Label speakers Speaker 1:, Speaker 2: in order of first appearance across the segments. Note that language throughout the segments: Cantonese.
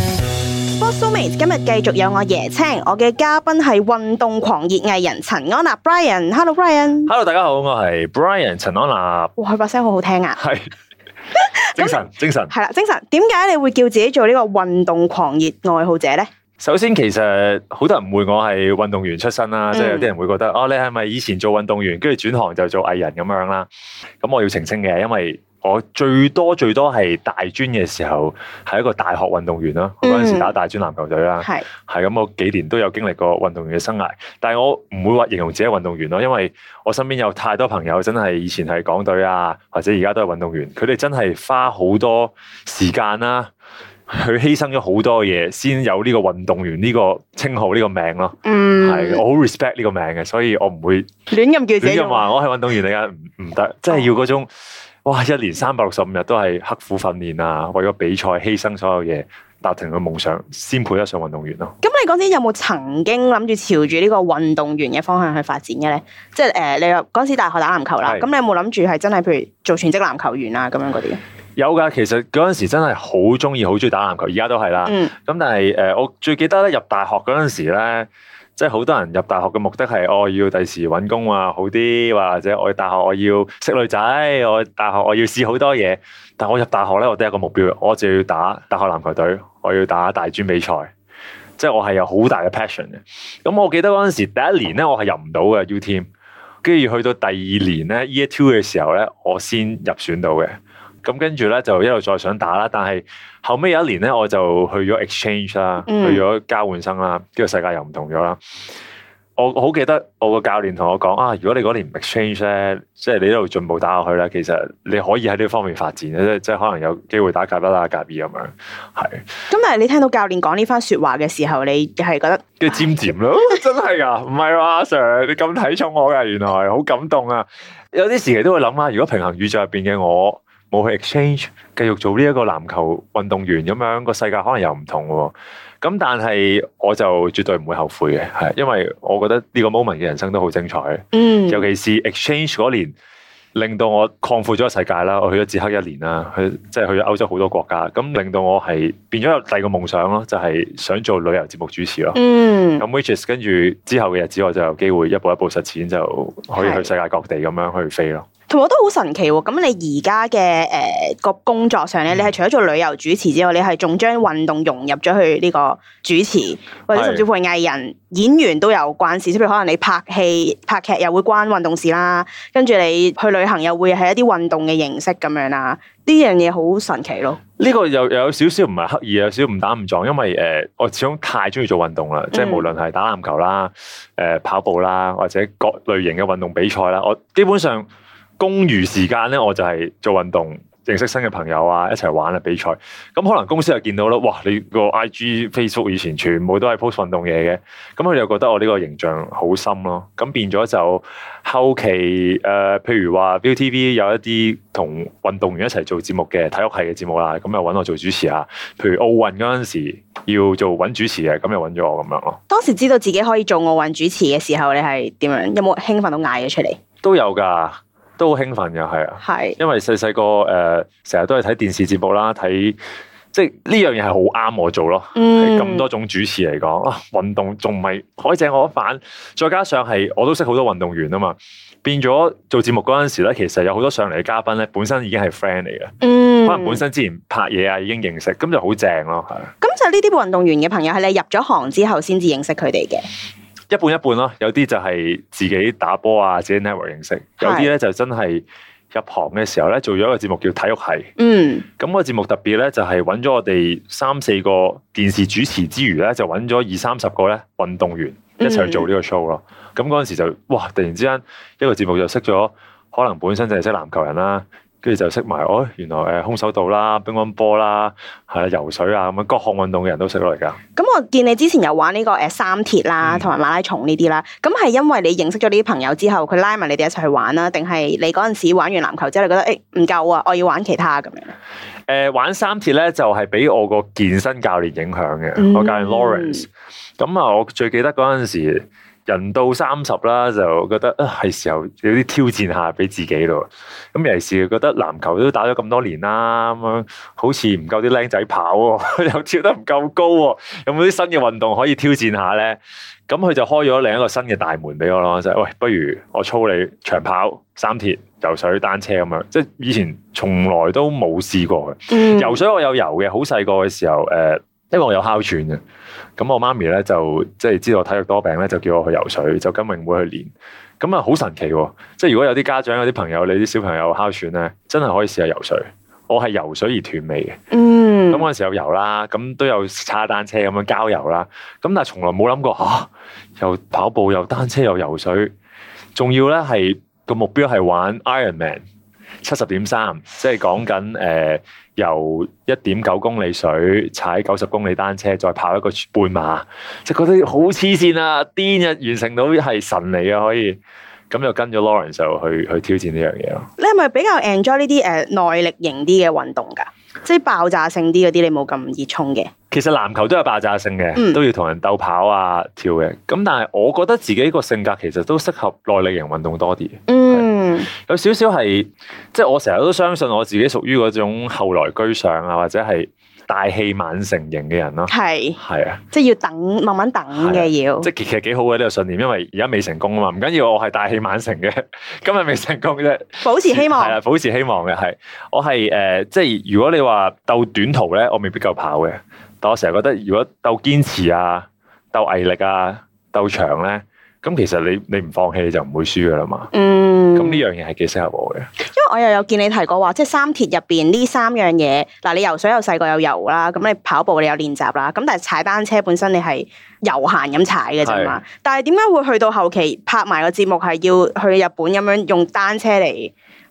Speaker 1: Sportsomate 今日繼續有我椰青，我嘅嘉賓係運動狂熱藝人陳安娜 Brian。Hello Brian，
Speaker 2: Hello，大家好，我係 Brian 陳安娜，
Speaker 1: 哇，佢把聲好好聽啊！
Speaker 2: 係 精神精神。
Speaker 1: 係啦，精神，點解你會叫自己做呢個運動狂熱愛好者呢？
Speaker 2: 首先，其實好多人誤會我係運動員出身啦，
Speaker 1: 嗯
Speaker 2: 即係有啲人會覺得哦，你係咪以前做運動員，跟住轉行就做藝人咁樣啦？咁我要澄清嘅，因為我最多最多係大專嘅時候係一個大學運動員啦，我嗰陣時
Speaker 1: 嗯
Speaker 2: 打大專籃球隊啦。
Speaker 1: 係
Speaker 2: 係咁，我幾年都有經歷過運動員嘅生涯，但係我唔會話形容自己係運動員咯，因為我身邊有太多朋友真係以前係港隊啊，或者而家都係運動員，佢哋真係花好多時間啦、去犧牲咗好多嘢，先有呢個運動員呢個稱號呢個名咯。
Speaker 1: 嗯，
Speaker 2: 係，我好 respect 呢個名嘅，所以我唔會
Speaker 1: 亂咁叫自己
Speaker 2: 亂咁
Speaker 1: 做
Speaker 2: 話我係運動員嚟㗎，唔唔得，即係要嗰種。哇！一年三百六十五日都係刻苦訓練啊，為咗比賽犧牲所有嘢，達成佢夢想，先配得上運動員咯。
Speaker 1: 咁你嗰陣時有冇曾經諗住朝住呢個運動員嘅方向去發展嘅咧？即係誒、呃你又嗰陣時大學打籃球啦，
Speaker 2: 係
Speaker 1: 咁你有冇諗住係真係譬如做全職籃球員啊咁樣嗰啲？
Speaker 2: 有㗎，其實嗰陣時真係好中意，好中意打籃球，而家都係啦。咁、
Speaker 1: 嗯
Speaker 2: 但係誒、呃我最記得咧入大學嗰陣時咧，即係好多人入大學嘅目的係我、哦要第時揾工啊好啲，或者我大學我要識女仔，我大學我要試好多嘢。但我入大學咧，我得一個目標，我就要打大學籃球隊，我要打大專比賽。即係我係有好大嘅 passion 嘅。咁我記得嗰陣時第一年咧，我係入唔到嘅 U team，跟住去到第二年咧 Year Two 嘅時候咧，我先入選到嘅。咁跟住咧就一路再想打啦，但係後尾有一年咧我就去咗 exchange 啦，
Speaker 1: 嗯
Speaker 2: 去咗交換生啦，跟住世界又唔同咗啦。我好記得我個教練同我講啊，如果你嗰年唔 exchange 咧，即係你一路進步打落去咧，其實你可以喺呢方面發展嘅，即係即係可能有機會打甲一啊啦、甲二咁樣，係。
Speaker 1: 咁但係你聽到教練講呢番説話嘅時候，你係覺得
Speaker 2: 跟住尖尖咯， 真係啊，唔係話 Sir，你咁睇重我㗎，原來好感動啊！有啲時期都會諗啊，如果平衡宇宙入邊嘅我冇去 exchange，繼續做呢一個籃球運動員咁樣，個世界可能又唔同喎。咁但係我就絕對唔會後悔嘅，係因為我覺得呢個 moment 嘅人生都好精彩，
Speaker 1: 嗯
Speaker 2: 尤其是 exchange 嗰年。令到我擴闊咗個世界啦，我去咗捷克一年啦，去即係去咗歐洲好多國家，咁令到我係變咗有第二個夢想咯，就係、想做旅遊節目主持咯。
Speaker 1: 嗯
Speaker 2: 咁 which is 跟住之後嘅日子，我就有機會一步一步實踐，就可以去世界各地咁樣去飛咯。
Speaker 1: 同埋我都好神奇喎。咁你而家嘅誒個工作上咧，
Speaker 2: 嗯
Speaker 1: 你係除咗做旅遊主持之外，你係仲將運動融入咗去呢個主持，或者
Speaker 2: 係
Speaker 1: 甚至乎係藝人、演員都有關事。即係譬如可能你拍 戲、拍劇又會關運動事啦，跟住你去旅行又會係一啲運動嘅形式咁樣啦。呢樣嘢好神奇咯。
Speaker 2: 呢個又有少少唔係刻意，有少少唔打唔撞，因為誒、呃我始終太中意做運動啦，即係無論係打籃球啦、誒、跑步啦，或者各類型嘅運動比賽啦，我基本上公餘時間咧，我就係做運動。認識新嘅朋友啊，一齊玩啊比賽，咁可能公司又見到啦，哇！你個 IG、Facebook 以前全部都係 post 運動嘢嘅，咁佢哋又覺得我呢個形象好深咯，咁變咗就後期誒、呃譬如話 ViuTV 有一啲同運動員一齊做節目嘅體育系嘅節目啦，咁又揾我做主持啊，譬如奧運嗰陣時要做揾主持嘅，咁又揾咗我咁樣咯，
Speaker 1: 當時知道自己可以做奧運主持嘅時候，你係點樣？有冇興奮到嗌咗出嚟？
Speaker 2: 都有㗎，都好興奮㗎，係啊。
Speaker 1: 係
Speaker 2: 因為細細個誒呃成日都係睇電視節目啦，睇即係呢樣嘢係好啱我做咯。
Speaker 1: 嗯
Speaker 2: 係咁多種主持嚟講，啊運動仲唔係海正我一反，再加上係我都識好多運動員啊嘛，變咗做節目嗰陣時咧，其實有好多上嚟嘅嘉賓咧，本身已經係 friend 嚟嘅，
Speaker 1: 嗯
Speaker 2: 可能本身之前拍嘢啊已經認識，咁就好正咯，係啊
Speaker 1: 咁就呢啲運動員嘅朋友係你入咗行之後先至認識佢哋嘅。
Speaker 2: 一半一半咯，有啲就係自己打波啊，自己 network 認識，有啲咧就真係入行嘅時候咧，做咗一個節目叫體育係。
Speaker 1: 嗯
Speaker 2: 咁個節目特別咧，就係揾咗我哋三四個電視主持之餘咧，就揾咗二三十個咧運動員一齊去做呢個 show 咯。咁嗰陣時就哇，突然之間一個節目就識咗，可能本身就係識籃球人啦，跟住就識埋哦，原來誒空手道啦、乒乓波啦、係啦、游水啊咁樣，各項運動嘅人都識咯而家。
Speaker 1: 咁我見你之前有玩呢、個誒、呃三鐵啦，
Speaker 2: 嗯
Speaker 1: 同埋馬拉松呢啲啦，咁係因為你認識咗呢啲朋友之後，佢拉埋你哋一齊去玩啦，定係你嗰陣時玩完籃球之後，你覺得誒唔夠啊，我要玩其他咁樣？
Speaker 2: 誒、呃玩三鐵咧，就係、俾我個健身教練影響嘅，
Speaker 1: 嗯
Speaker 2: 我教練 Lawrence。咁啊，我最記得嗰陣時，人到三十啦，就覺得啊係時候有啲挑戰下俾自己咯。咁尤其是覺得籃球都打咗咁多年啦，咁樣好似唔夠啲僆仔跑喎， 又跳得唔夠高喎，有冇啲新嘅運動可以挑戰下咧？咁佢就開咗另一個新嘅大門俾我咯，就係、喂，不如我操你長跑、三鐵、游水、單車咁樣，即係以前從來都冇試過嘅。
Speaker 1: 嗯
Speaker 2: 游水我有游嘅，好細個嘅時候，誒、因為我有哮喘嘅，咁我媽咪咧就即係知道我體弱多病咧，就叫我去游水，就跟泳會去練。咁啊，好神奇喎！即係如果有啲家長、有啲朋友，你啲小朋友哮喘咧，真係可以試下游水。我係游水而斷尾嘅，
Speaker 1: 嗯
Speaker 2: 咁嗰陣時有游啦，咁都有踩單車咁樣郊遊啦，咁但係從來冇諗過嚇、啊又跑步又單車又游水，仲要咧係個目標係玩 Ironman 七十點三，即係講緊誒由一點九公里水踩九十公里單車，再跑一個半馬，即係覺得好黐線啊！癲啊！完成到係神嚟嘅可以，咁就跟咗 Lawrence 就去去挑戰呢樣嘢咯。
Speaker 1: 你係咪比較 enjoy 呢啲誒耐力型啲嘅運動㗎？即係爆炸性啲嗰啲，你冇咁熱衷嘅。
Speaker 2: 其實籃球都有爆炸性嘅，
Speaker 1: 嗯
Speaker 2: 都要同人鬥跑啊、跳嘅。咁但係我覺得自己個性格其實都適合耐力型運動多啲，
Speaker 1: 嗯
Speaker 2: 有少少係即係我成日都相信我自己屬於嗰種後來居上啊，或者係大器晚成型嘅人咯。
Speaker 1: 係，
Speaker 2: 係啊，
Speaker 1: 即係要等，慢慢等嘅要。
Speaker 2: 即係其其實幾好嘅呢個信念，因為而家未成功啊嘛，唔緊要，我係大器晚成嘅， 今日未成功啫，
Speaker 1: 保持希
Speaker 2: 係啊啦，
Speaker 1: 望。
Speaker 2: 保持希望嘅係，我係誒、呃即係如果你話鬥短途咧，我未必夠跑嘅，但我成日覺得如果鬥堅持啊、鬥毅力啊、鬥長咧，咁其實你你唔放棄你就唔會輸噶啦嘛。
Speaker 1: 嗯，
Speaker 2: 咁呢樣嘢係幾適合我嘅，
Speaker 1: 因為我又有見你提過話，即係三鐵入邊呢三樣嘢，嗱你游水又細個有游啦，咁你跑步你有練習啦，咁但係踩單車本身你係悠閒咁踩嘅啫嘛。但係點解會去到後期拍埋個節目係要去日本咁樣用單車嚟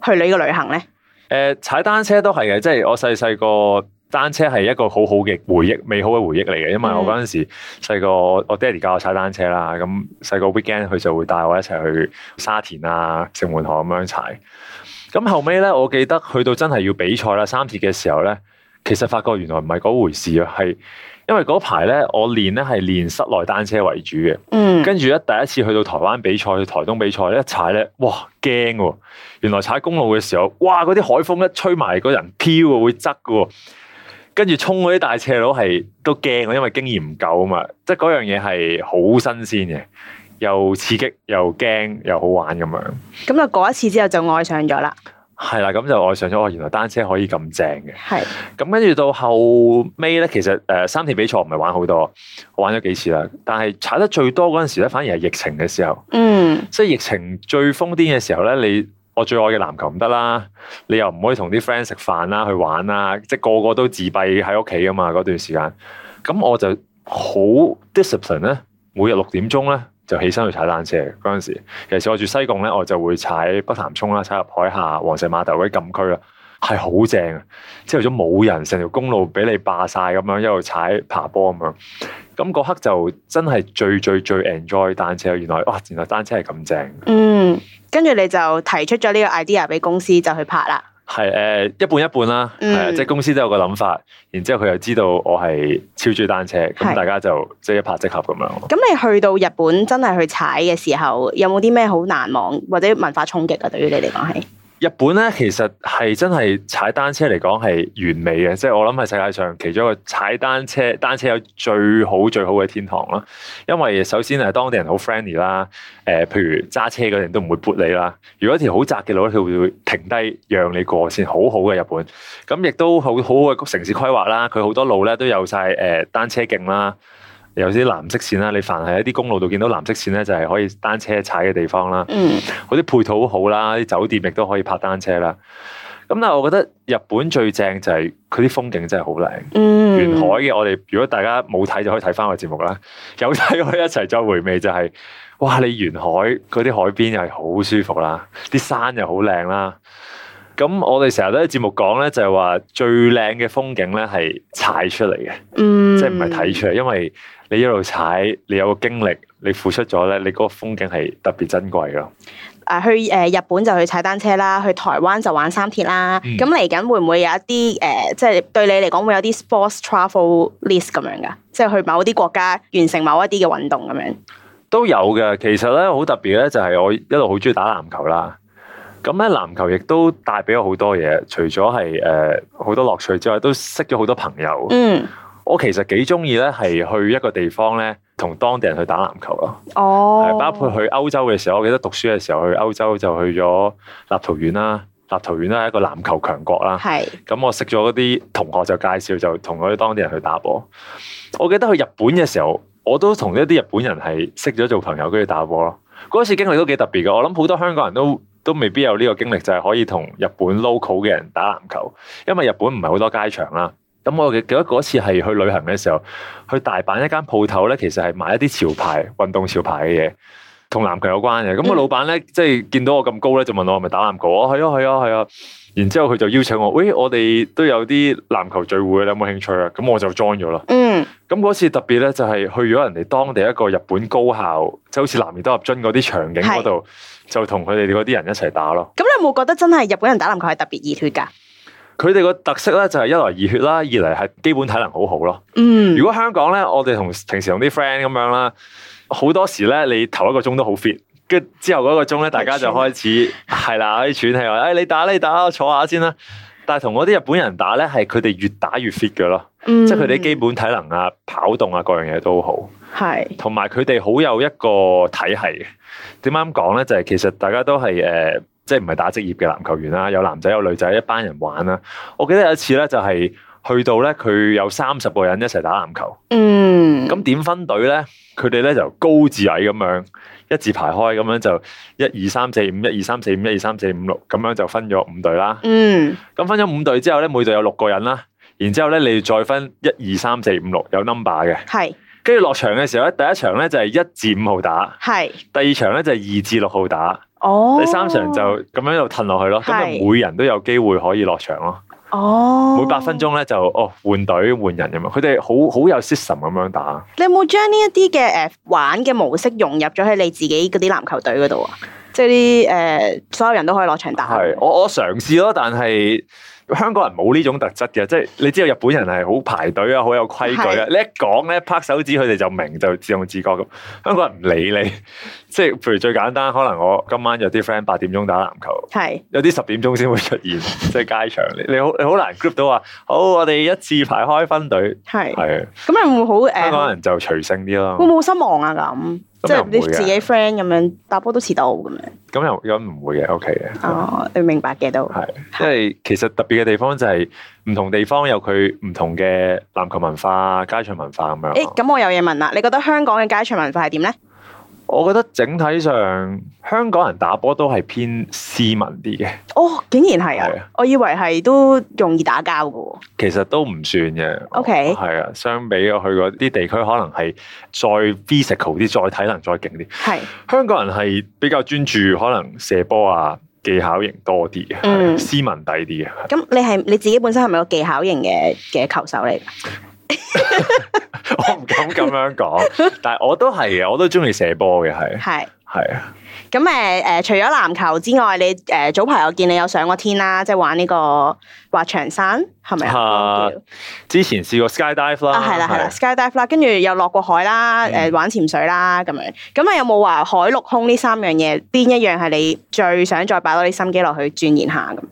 Speaker 1: 去呢個旅行咧？
Speaker 2: 誒、呃踩單車都係嘅，即係我細細個單車係一個好好嘅回憶，美好嘅回憶嚟嘅。因為我嗰陣時細個，我我爹哋教我踩單車啦，咁細個 weekend 佢就會帶我一齊去沙田啊、城門河咁樣踩。咁後尾咧，我記得去到真係要比賽啦，三鐵嘅時候咧，其實發覺原來唔係嗰回事啊，係因為嗰排咧我練咧係練室內單車為主嘅。
Speaker 1: 嗯，
Speaker 2: 跟住咧，第一次去到台灣比賽、去台東比賽咧，一踩咧，哇驚喎！原來踩公路嘅時候，哇嗰啲海風一吹埋，個人飄喎，會側嘅喎。跟住衝嗰啲大斜路係都驚喎，因為經驗唔夠啊嘛，即係嗰樣嘢係好新鮮嘅，又刺激又驚又好玩咁樣。
Speaker 1: 咁就嗰一次之後就愛上咗啦，
Speaker 2: 係啦，咁就愛上咗，哦，原來單車可以咁正嘅。
Speaker 1: 係，
Speaker 2: 咁跟住到後尾咧，其實誒、呃三鐵比賽唔係玩好多，我玩咗幾次啦。但係踩得最多嗰陣時咧，反而係疫情嘅時候。
Speaker 1: 嗯
Speaker 2: 即係疫情最瘋癲嘅時候咧，你我最愛嘅籃球唔得啦，你又唔可以同啲 friend 食飯啦、去玩啦，即係個個都自閉喺屋企噶嘛嗰段時間。咁我就好 discipline 咧，每日六點鐘咧就起身去踩單車嘅嗰陣時。尤其是我住西貢咧，我就會踩北潭涌啦、踩入海下、黃石碼頭嗰啲禁區啦。係好正啊！朝頭早冇人，成條公路俾你霸晒咁樣，一路踩爬坡咁樣。咁嗰刻就真係最最最 enjoy 單車。原來哇，原來單車係咁正。
Speaker 1: 嗯，跟住你就提出咗呢個 idea 俾公司就去拍啦。
Speaker 2: 係誒、呃一半一半啦，係
Speaker 1: 嗯
Speaker 2: 啊、即係公司都有個諗法，然之後佢又知道我係超中意單車，
Speaker 1: 係
Speaker 2: 咁大家就即係一拍即合咁樣。
Speaker 1: 咁你去到日本真係去踩嘅時候，有冇啲咩好難忘或者文化衝擊啊？對於你嚟講係，
Speaker 2: 日本咧其實係真係踩單車嚟講係完美嘅，即係我諗係世界上其中一個踩單車單車有最好最好嘅天堂啦。因為首先係當地人好 friendly 啦，誒、譬如揸車嗰啲人都唔會撥你啦。如果一條好窄嘅路咧，佢會停低讓你過先，好好嘅日本。咁亦都好好好嘅城市規劃啦，佢好多路咧都有晒誒、單車徑啦。有啲藍色線啦，你凡係一啲公路度見到藍色線咧，就係可以單車踩嘅地方啦。
Speaker 1: 嗯，
Speaker 2: 嗰啲配套好好啦，啲酒店亦都可以泊單車啦。咁但係我覺得日本最正就係佢啲風景真係好靚。
Speaker 1: 嗯，
Speaker 2: 沿海嘅我哋，如果大家冇睇就可以睇翻我節目啦， 有睇可以一齊再回味就係、哇！你沿海嗰啲海邊又係好舒服啦，啲山又好靚啦。咁我哋成日都喺節目講咧，就係話最靚嘅風景咧係踩出嚟嘅，
Speaker 1: 嗯，
Speaker 2: 即係唔係睇出嚟，因為你一路踩，你有個經歷，你付出咗咧，你嗰個風景係特別珍貴咯。
Speaker 1: 啊去誒、日本就去踩單車啦，去台灣就玩三鐵啦。
Speaker 2: 嗯
Speaker 1: 咁嚟緊會唔會有一啲誒、呃即係對你嚟講會有啲 sports travel list 咁樣噶？即係去某啲國家完成某一啲嘅運動咁樣。
Speaker 2: 都有嘅。其實咧好特別咧，就係我一路好中意打籃球啦。咁咧籃球亦都帶俾我好多嘢，除咗係誒好多樂趣之外，都識咗好多朋友。
Speaker 1: 嗯，
Speaker 2: 我其實幾中意咧，係去一個地方咧，同當地人去打籃球咯。
Speaker 1: 哦
Speaker 2: 係，包括去歐洲嘅時候，我記得讀書嘅時候去歐洲就去咗立陶宛啦。立陶宛咧係一個籃球強國啦。
Speaker 1: 係
Speaker 2: 咁我識咗嗰啲同學就介紹，就同嗰啲當地人去打波。我記得去日本嘅時候，我都同一啲日本人係識咗做朋友，跟住打波咯。嗰次經歷都幾特別嘅，我諗好多香港人都都未必有呢個經歷，就係、可以同日本 local 嘅人打籃球，因為日本唔係好多街場啦。咁我記得嗰次係去旅行嘅時候，去大阪一間鋪頭咧，其實係買一啲潮牌、運動潮牌嘅嘢，同籃球有關嘅。咁、個
Speaker 1: 嗯
Speaker 2: 老闆咧，即係見到我咁高咧，就問我係咪打籃球？我係啊，係啊，係啊。然之後佢就邀請我，喂，我哋都有啲籃球聚會，你有冇興趣啊？咁我就 join 咗啦。
Speaker 1: 嗯
Speaker 2: 咁嗰次特別咧，就係去咗人哋當地一個日本高校，即係好似南面多合津嗰啲場景嗰度，就同佢哋嗰啲人一齊打咯。
Speaker 1: 咁你有冇覺得真係日本人打籃球係特別熱血㗎？
Speaker 2: 佢哋個特色咧就係一來熱血啦，二嚟係基本體能好好咯。
Speaker 1: 嗯，
Speaker 2: 如果香港咧，我哋同平時同啲 friend 咁樣啦，好多時咧你頭一個鐘都好 fit。跟住之後嗰個鐘咧，大家就開始係啦，開始喘氣話：，誒、哎你打你打，我坐下先啦。但係同嗰啲日本人打咧，係佢哋越打越 fit 嘅咯，
Speaker 1: 嗯
Speaker 2: 即係佢哋基本體能啊、跑動啊各樣嘢都好。
Speaker 1: 係
Speaker 2: 同埋佢哋好有一個體系嘅。點解咁講咧？就係、其實大家都係誒、呃即係唔係打職業嘅籃球員啦，有男仔有女仔，一班人玩啦。我記得有一次咧，就係、去到咧，佢有三十個人一齊打籃球。
Speaker 1: 嗯
Speaker 2: 咁點分隊咧？佢哋咧就由高至矮咁樣一字排開，咁樣就一二三四五，一二三四五，一二三四五六，咁樣就分咗五隊啦。
Speaker 1: 嗯
Speaker 2: 咁分咗五隊之後咧，每隊有六個人啦。然之後咧，你再分一二三四五六有 number 嘅。
Speaker 1: 係
Speaker 2: 跟住落場嘅時候咧，第一場咧就係一至五號打，
Speaker 1: 係
Speaker 2: 第二場咧就係二至六號打，
Speaker 1: 哦，
Speaker 2: 第三場就咁樣又褪落去咯。咁啊，
Speaker 1: 係
Speaker 2: 每人都有機會可以落場咯。
Speaker 1: 哦，
Speaker 2: 每八分。鐘咧就哦換隊換人咁樣，佢哋好好有 system 咁樣打。
Speaker 1: 你有冇將呢一啲嘅誒玩嘅模式融入咗喺你自己嗰啲籃球隊嗰度啊？即係啲誒呃所有人都可以落場打。
Speaker 2: 係我我嘗試咯，但係香港人冇呢種特質嘅，即係你知道日本人係好排隊啊，好有規矩啊。
Speaker 1: 係
Speaker 2: 你一講咧拍手指，佢哋就明就自動自覺咁。香港人唔理你，即係譬如最簡單，可能我今晚有啲 friend 八點鐘打籃球。
Speaker 1: 係
Speaker 2: 有啲十點鐘先會出現，即係街場。你你好你好難 group 到話，好我哋一次排開分隊，
Speaker 1: 係。
Speaker 2: 係
Speaker 1: 咁你會唔會
Speaker 2: 香港
Speaker 1: 好誒？呃
Speaker 2: 人就隨性啲
Speaker 1: 會
Speaker 2: 咯。
Speaker 1: 唔會好失望啊？咁即
Speaker 2: 咁又
Speaker 1: 係
Speaker 2: 唔會
Speaker 1: 你
Speaker 2: 嘅
Speaker 1: 自己 friend 咁樣打波都遲到咁樣。
Speaker 2: 咁又咁唔會嘅，OK 嘅。
Speaker 1: 哦，你明白嘅都。
Speaker 2: 係，啊因為其實特別嘅地方就係唔同地方有佢唔同嘅籃球文化、街場文化咁樣
Speaker 1: 誒，
Speaker 2: 咯。
Speaker 1: 咁我有嘢問啦，你覺得香港嘅街場文化係點咧？
Speaker 2: 我覺得整體上香港人打波都係偏斯文啲嘅，
Speaker 1: 哦，竟然係
Speaker 2: 係
Speaker 1: 啊
Speaker 2: 啊！
Speaker 1: 我以為係都容易打交嘅喎。
Speaker 2: 其實都唔算嘅。
Speaker 1: OK
Speaker 2: 係啊，相比我去嗰啲地區，可能係再 physical 啲、再體能再勁啲。
Speaker 1: 係
Speaker 2: 香港人係比較專注，可能射波啊技巧型多啲嘅，
Speaker 1: 嗯
Speaker 2: 係斯文底啲嘅。
Speaker 1: 咁，你係你自己本身係咪個技巧型嘅嘅球手嚟㗎？
Speaker 2: 我唔敢咁樣講，但係我都係嘅，我都中意射波嘅，係
Speaker 1: 係。
Speaker 2: 係啊，
Speaker 1: 咁誒誒，除咗籃球之外，你誒、呃早排我見你有上過天啦，即係玩呢個滑翔傘，係咪啊
Speaker 2: 啊？之前試過 skydive 啦，
Speaker 1: 啊，係啦係啦
Speaker 2: 係
Speaker 1: ，skydive 啦，跟住又落過海啦，誒、
Speaker 2: 嗯
Speaker 1: 玩潛水啦咁樣。咁啊有冇話海陸空呢三樣嘢，邊一樣係你最想再擺多啲心機落去鑽研下咁？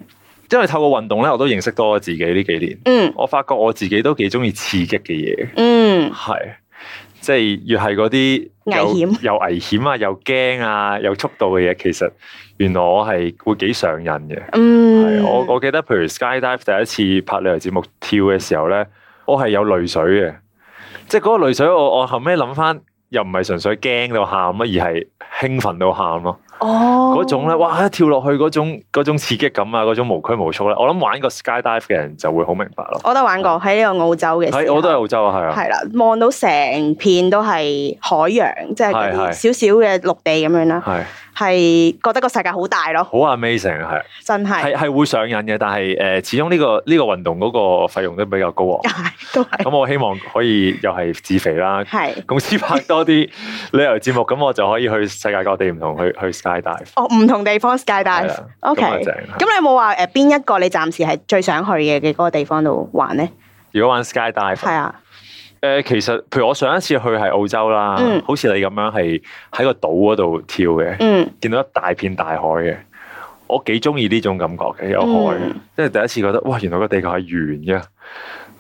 Speaker 2: 因為透過運動咧，我都認識多咗自己呢幾年。
Speaker 1: 嗯
Speaker 2: 我發覺我自己都幾中意刺激嘅嘢，
Speaker 1: 嗯
Speaker 2: 係即係越係嗰啲有
Speaker 1: 危險
Speaker 2: 又危險啊，又驚啊，有速度嘅嘢，其實原來我係會幾上癮嘅。係
Speaker 1: 嗯，
Speaker 2: 我我記得，譬如 skydive 第一次拍旅遊節目跳嘅時候咧，我係有淚水嘅，即係嗰個淚水，我我後尾諗翻，又唔係純粹驚到喊啊咯，而係興奮到喊咯。
Speaker 1: 哦，
Speaker 2: 嗰種咧，哇！一跳落去嗰種嗰種刺激感啊，嗰種無拘無束咧，我諗玩過 skydive 嘅人就會好明白咯。
Speaker 1: 我都玩過喺呢個澳洲嘅時候，
Speaker 2: 係，我都係澳洲啊，係啊，
Speaker 1: 係啦，望到成片都係海洋，即係嗰啲
Speaker 2: 係係
Speaker 1: 少少嘅陸地咁樣啦，
Speaker 2: 係
Speaker 1: 係覺得個世界好大咯，
Speaker 2: 好 amazing 啊，係
Speaker 1: 真係
Speaker 2: 係係會上癮嘅，但係诶，呃始終呢個呢個運動嗰個費用都比較高喎。
Speaker 1: 都 係
Speaker 2: 咁我希望可以又係自肥啦，
Speaker 1: 係。
Speaker 2: 公司拍多啲旅遊節目，咁我就可以去世界各地唔同去去 skydive。
Speaker 1: 哦，唔同地方 skydive
Speaker 2: 係啊。
Speaker 1: OK
Speaker 2: 咁啊正
Speaker 1: 咁你有冇話誒邊一個你暫時係最想去嘅嘅嗰個地方度玩咧？
Speaker 2: 如果玩 skydive，
Speaker 1: 係啊，
Speaker 2: 誒、其實譬如我上一次去係澳洲啦，
Speaker 1: 嗯
Speaker 2: 好似你咁樣係喺個島嗰度跳嘅，
Speaker 1: 嗯，
Speaker 2: 見到一大片大海嘅，我幾中意呢種感覺嘅有海，
Speaker 1: 嗯
Speaker 2: 即係第一次覺得哇，原來個地球係圓嘅，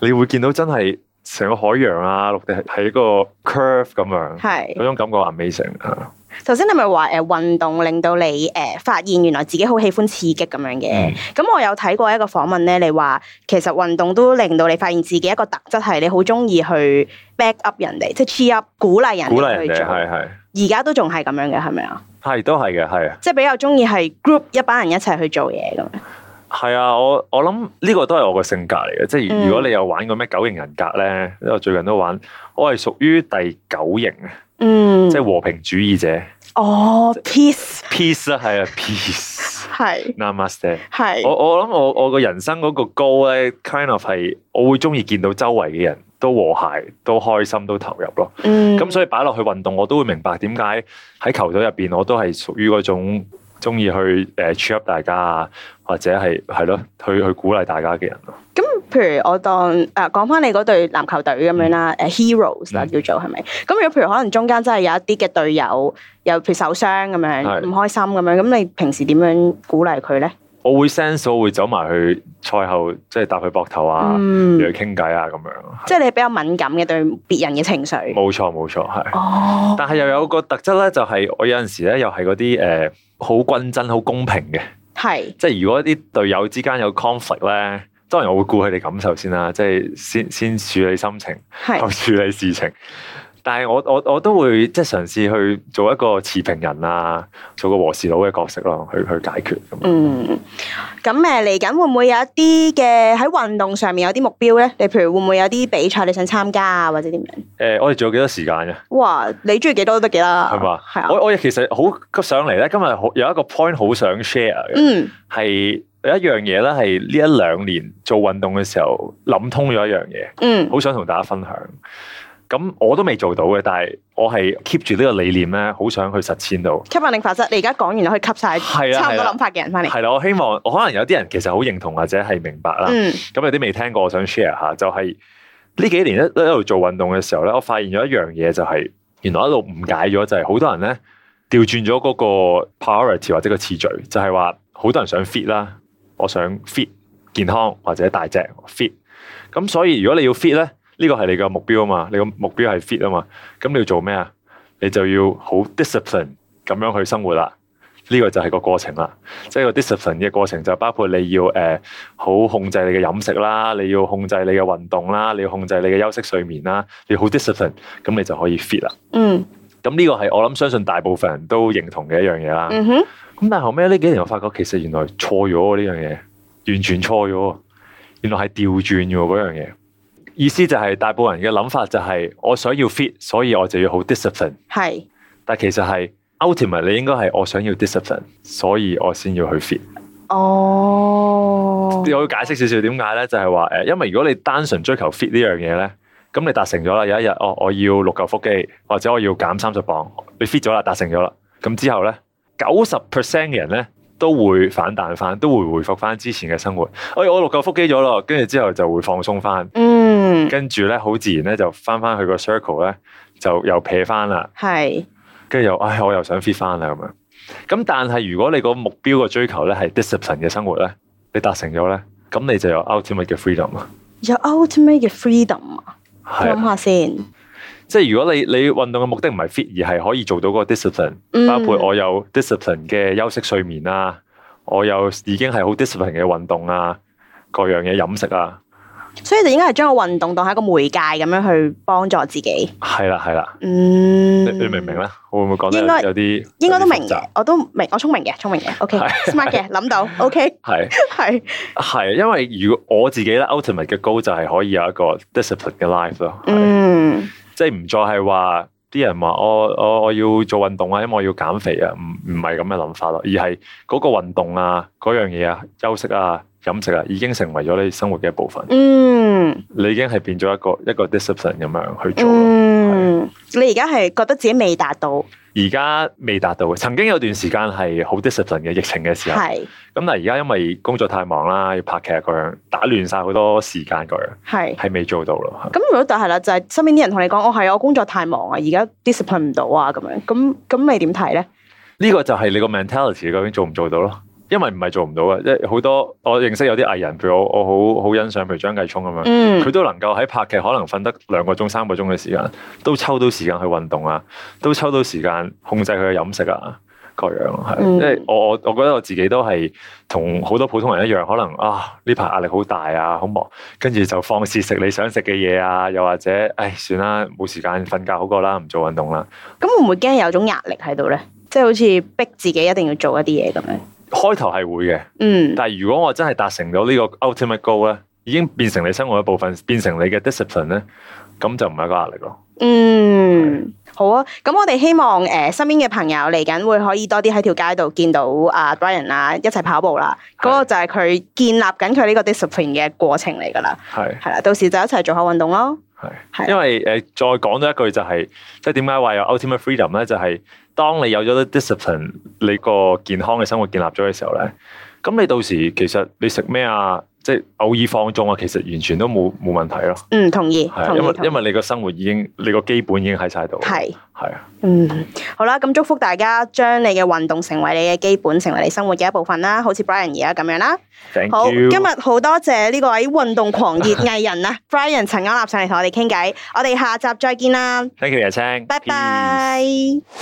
Speaker 2: 你會見到真係成個海洋啊，陸地係係一個 curve 咁樣，嗰
Speaker 1: 係。
Speaker 2: 種感覺 amazing 啊！
Speaker 1: 頭先你咪話誒運動令到你誒、發現原來自己好喜歡刺激咁樣嘅
Speaker 2: 嗯。
Speaker 1: 咁、我有睇過一個訪問咧，你話其實運動都令到你發現自己一個特質係你好中意去 back up 人哋，即係 cheer up 鼓勵人
Speaker 2: 鼓
Speaker 1: 哋
Speaker 2: 勵人
Speaker 1: 去
Speaker 2: 哋
Speaker 1: 做。
Speaker 2: 係係
Speaker 1: 而家都仲係咁樣嘅，係咪啊？
Speaker 2: 係都係嘅，係啊。
Speaker 1: 即係比較中意係 group 一班人一齊去做嘢咁樣。
Speaker 2: 係啊，我我諗呢個都係我個性格嚟嘅，即係
Speaker 1: 嗯
Speaker 2: 如如果你有玩過咩九型人格咧，因為我最近都玩，我係屬於第九型嘅，
Speaker 1: 嗯，
Speaker 2: 即係和平主義者
Speaker 1: 哦，peace
Speaker 2: ，peace 啦，係啊，peace。
Speaker 1: 係
Speaker 2: Namaste。我
Speaker 1: 係
Speaker 2: 我諗我我個人生嗰個 goal 咧，kind of 係我會中意見到周圍嘅人都和諧、都開心、都投入咯。
Speaker 1: 嗯，
Speaker 2: 咁、所以擺落去運動，我都會明白點解喺球隊入邊我都係屬於嗰種中意去誒 cheer up 大家啊，或者係係咯，去去鼓勵大家嘅人咯。
Speaker 1: 譬如我當誒講翻你嗰隊籃球隊咁樣啦，誒、heroes 呃
Speaker 2: 嗯
Speaker 1: 啦叫做係咪？咁如果譬如可能中間真係有一啲嘅隊友，又譬如受傷咁樣，
Speaker 2: 係
Speaker 1: 唔開心咁樣，咁你平時點樣鼓勵佢咧？
Speaker 2: 我會 sense 我會走埋去賽後，即係搭佢膊頭啊，
Speaker 1: 嗯
Speaker 2: 同佢傾偈啊咁樣。
Speaker 1: 即係你比較敏感嘅對別人嘅情緒。
Speaker 2: 冇錯冇錯，係。
Speaker 1: 哦，
Speaker 2: 但係又有個特質咧，就係、我有陣時咧，又係嗰啲誒呃好均真、好公平嘅。
Speaker 1: 係，
Speaker 2: 即係如果啲隊友之間有 conflict 咧，當然我會顧佢哋感受先啦，即係先先處理心情，後
Speaker 1: 係，
Speaker 2: 處理事情。但係我我我都會即係嘗試去做一個持平人啊，做個和事佬嘅角色咯，去去解決咁樣。
Speaker 1: 嗯。咁誒嚟緊會唔會有一啲嘅喺運動上面有啲目標咧？你譬如會唔會有啲比賽你想參加啊，或者點樣？
Speaker 2: 誒、我哋仲有幾多時間嘅？
Speaker 1: 哇！你中意幾多都得幾啦，
Speaker 2: 係嘛？
Speaker 1: 係啊，
Speaker 2: 我我其實好急上嚟咧，今日好有一個 point 好想 share 嘅，
Speaker 1: 嗯，
Speaker 2: 係、有一樣嘢咧，係呢一兩年做運動嘅時候諗通咗一樣嘢，
Speaker 1: 嗯，
Speaker 2: 好想同大家分享。咁我都未做到嘅，但係我係 keep 住呢個理念咧，好想去實踐到。
Speaker 1: 吸引力法則，你而家講完可以吸晒
Speaker 2: 係啦
Speaker 1: 差唔
Speaker 2: 係
Speaker 1: 多
Speaker 2: 啦
Speaker 1: 諗法嘅人翻嚟。
Speaker 2: 係啦，我希望我可能有啲人其實好認同或者係明白啦。
Speaker 1: 嗯，
Speaker 2: 咁有啲未聽過，我想 share 下，就係、呢幾年一一路做運動嘅時候咧，我發現咗一樣嘢，就係原來一路誤解咗，就係好多人咧調轉咗嗰個 priority 或者個次序，就係話好多人想 fit 啦，我想 fit 健康或者大隻 fit，咁所以如果你要 fit 咧，呢個係你嘅目標啊嘛，你個目標係 fit 啊嘛，咁你要做咩啊？你就要好 discipline 咁樣去生活啦。呢個就係個過程啦，即係個 discipline 嘅過程就包括你要誒、呃好控制你嘅飲食啦，你要控制你嘅運動啦，你要控制你嘅休息睡眠啦，你要好 discipline，咁你就可以 fit 啦。
Speaker 1: 嗯，
Speaker 2: 咁呢個係我諗相信大部分人都認同嘅一樣嘢啦。咁、
Speaker 1: 嗯哼，
Speaker 2: 但係後尾呢幾年我發覺其實原來錯咗喎呢樣嘢，完全錯咗喎，原來係調轉嘅喎嗰樣嘢。意思就係大部分人嘅諗法就係我想要 fit，所以我就要好 discipline。
Speaker 1: 係
Speaker 2: 但其實係 ultimate，你應該係我想要 discipline，所以我先要去 fit。
Speaker 1: 哦，
Speaker 2: 我要解釋少少點解咧，就係話誒，因為如果你單純追求 fit 呢樣嘢咧，咁你達成咗啦，有一日哦，我要六嚿腹肌，或者我要減三十磅，你 fit 咗啦，達成咗啦，咁之後咧，九十 percent 嘅人咧都會反彈翻，都會回復翻之前嘅生活。哎，我六嚿腹肌咗咯，跟住之後就會放鬆翻，
Speaker 1: 嗯，
Speaker 2: 跟住咧好自然咧就翻翻去個 circle 咧，就又撇翻啦。
Speaker 1: 係
Speaker 2: 跟住又，唉，我又想 fit 翻啦咁樣。咁但係如果你個目標個追求咧係 discipline 嘅生活咧，你達成咗咧，咁你就有 ultimate 嘅 freedom 啦。
Speaker 1: 有 ultimate 嘅 freedom 啊！
Speaker 2: 係
Speaker 1: 諗
Speaker 2: 啊，
Speaker 1: 下先，
Speaker 2: 即係如果你你運動嘅目的唔係 fit，而係可以做到嗰個 discipline，
Speaker 1: 嗯
Speaker 2: 包括我有 discipline 嘅休息睡眠啊，我有已經係好 discipline 嘅運動啊，各樣嘢飲食啊，
Speaker 1: 所以就應該係將個運動當係一個媒介咁樣去幫助自己。
Speaker 2: 係啦係啦，
Speaker 1: 嗯，
Speaker 2: 你你明唔明？咧？會唔會講得
Speaker 1: 應該
Speaker 2: 有啲
Speaker 1: 應該都明
Speaker 2: 有啲複雜，
Speaker 1: 我都明，我聰明嘅，聰明嘅，OK，smart 嘅，諗到，OK，
Speaker 2: 係
Speaker 1: 係
Speaker 2: 係，因為如果我自己咧，ultimate 嘅 goal 就係可以有一個 discipline 嘅 life 咯，係
Speaker 1: 嗯
Speaker 2: 即係唔再係話啲人話我我我要做運動啊，因為我要減肥啊，唔唔係咁嘅諗法咯，而係嗰個運動啊，嗰樣嘢啊，休息啊，飲食啊，已經成為咗你生活嘅一部分，
Speaker 1: 嗯
Speaker 2: 你已經係變咗一個一個 discipline 咁樣去做咯。
Speaker 1: 嗯，你而家係覺得自己未達到，
Speaker 2: 而家未達到，曾經有段時間係好 discipline 嘅疫情嘅時候，咁
Speaker 1: 係
Speaker 2: 但係而家因為工作太忙啦，要拍劇啊嗰樣，打亂晒好多時間嗰樣，
Speaker 1: 係。
Speaker 2: 係未做到咯。
Speaker 1: 咁如果但係啦，就係、身邊啲人同你講，我、係哦我工作太忙啊，而家 discipline 唔到啊，咁樣，咁咁你點睇咧？
Speaker 2: 呢個就係你個 mentality 究竟做唔做到咯？因為唔係做唔到嘅，即係好多我認識有啲藝人，譬如我我好好欣賞，譬如張繼聰咁樣，
Speaker 1: 嗯
Speaker 2: 佢都能夠喺拍劇可能瞓得兩個鐘、三個鐘嘅時間，都抽到時間去運動啊，都抽到時間控制佢嘅飲食啊，各樣咯係。
Speaker 1: 嗯
Speaker 2: 即係我我我覺得我自己都係同好多普通人一樣，可能啊呢排壓力好大啊，好忙，跟住就放肆食你想食嘅嘢啊，又或者唉算啦，冇時間瞓覺好過啦，唔做運動啦。
Speaker 1: 咁會唔會驚有種壓力喺度咧？即係好似逼自己一定要做一啲嘢咁樣。
Speaker 2: 開頭係會嘅。
Speaker 1: 嗯
Speaker 2: 但係如果我真係達成到呢個 ultimate goal 咧，已經變成你生活一部分，變成你嘅 discipline 咧，咁就唔係一個壓力咯。
Speaker 1: 嗯，好啊。咁我哋希望誒、呃身邊嘅朋友嚟緊會可以多啲喺條街度見到啊 Brian 啊，一齊跑步啦。嗰、個就係佢建立緊佢呢個 discipline 嘅過程嚟㗎啦。
Speaker 2: 係
Speaker 1: 係啦，到時就一齊做下運動咯。係啊
Speaker 2: 係，因為誒、呃再講多一句就係、即係點解話有 ultimate freedom 咧？就係、當你有咗啲 discipline，你個健康嘅生活建立咗嘅時候咧，咁你到時其實你食咩啊，即係偶爾放縱啊，其實完全都冇冇問題咯。
Speaker 1: 嗯，同意，
Speaker 2: 係啊，
Speaker 1: 同
Speaker 2: 因
Speaker 1: 意，
Speaker 2: 為
Speaker 1: 同
Speaker 2: 因
Speaker 1: 意。
Speaker 2: 為你個生活已經你個基本已經喺晒度。
Speaker 1: 係。
Speaker 2: 係啊，
Speaker 1: 嗯，好啦，咁祝福大家將你嘅運動成為你嘅基本，成為你生活嘅一部分啦，好似 Brian 而家咁樣啦。
Speaker 2: Thank
Speaker 1: 好，今
Speaker 2: you
Speaker 1: 日好多謝呢個位運動狂熱藝人啊，Brian 陳安立上嚟同我哋傾偈，我哋下集再見啦，
Speaker 2: Thank you，椰青，
Speaker 1: 拜
Speaker 2: Peace
Speaker 1: 拜。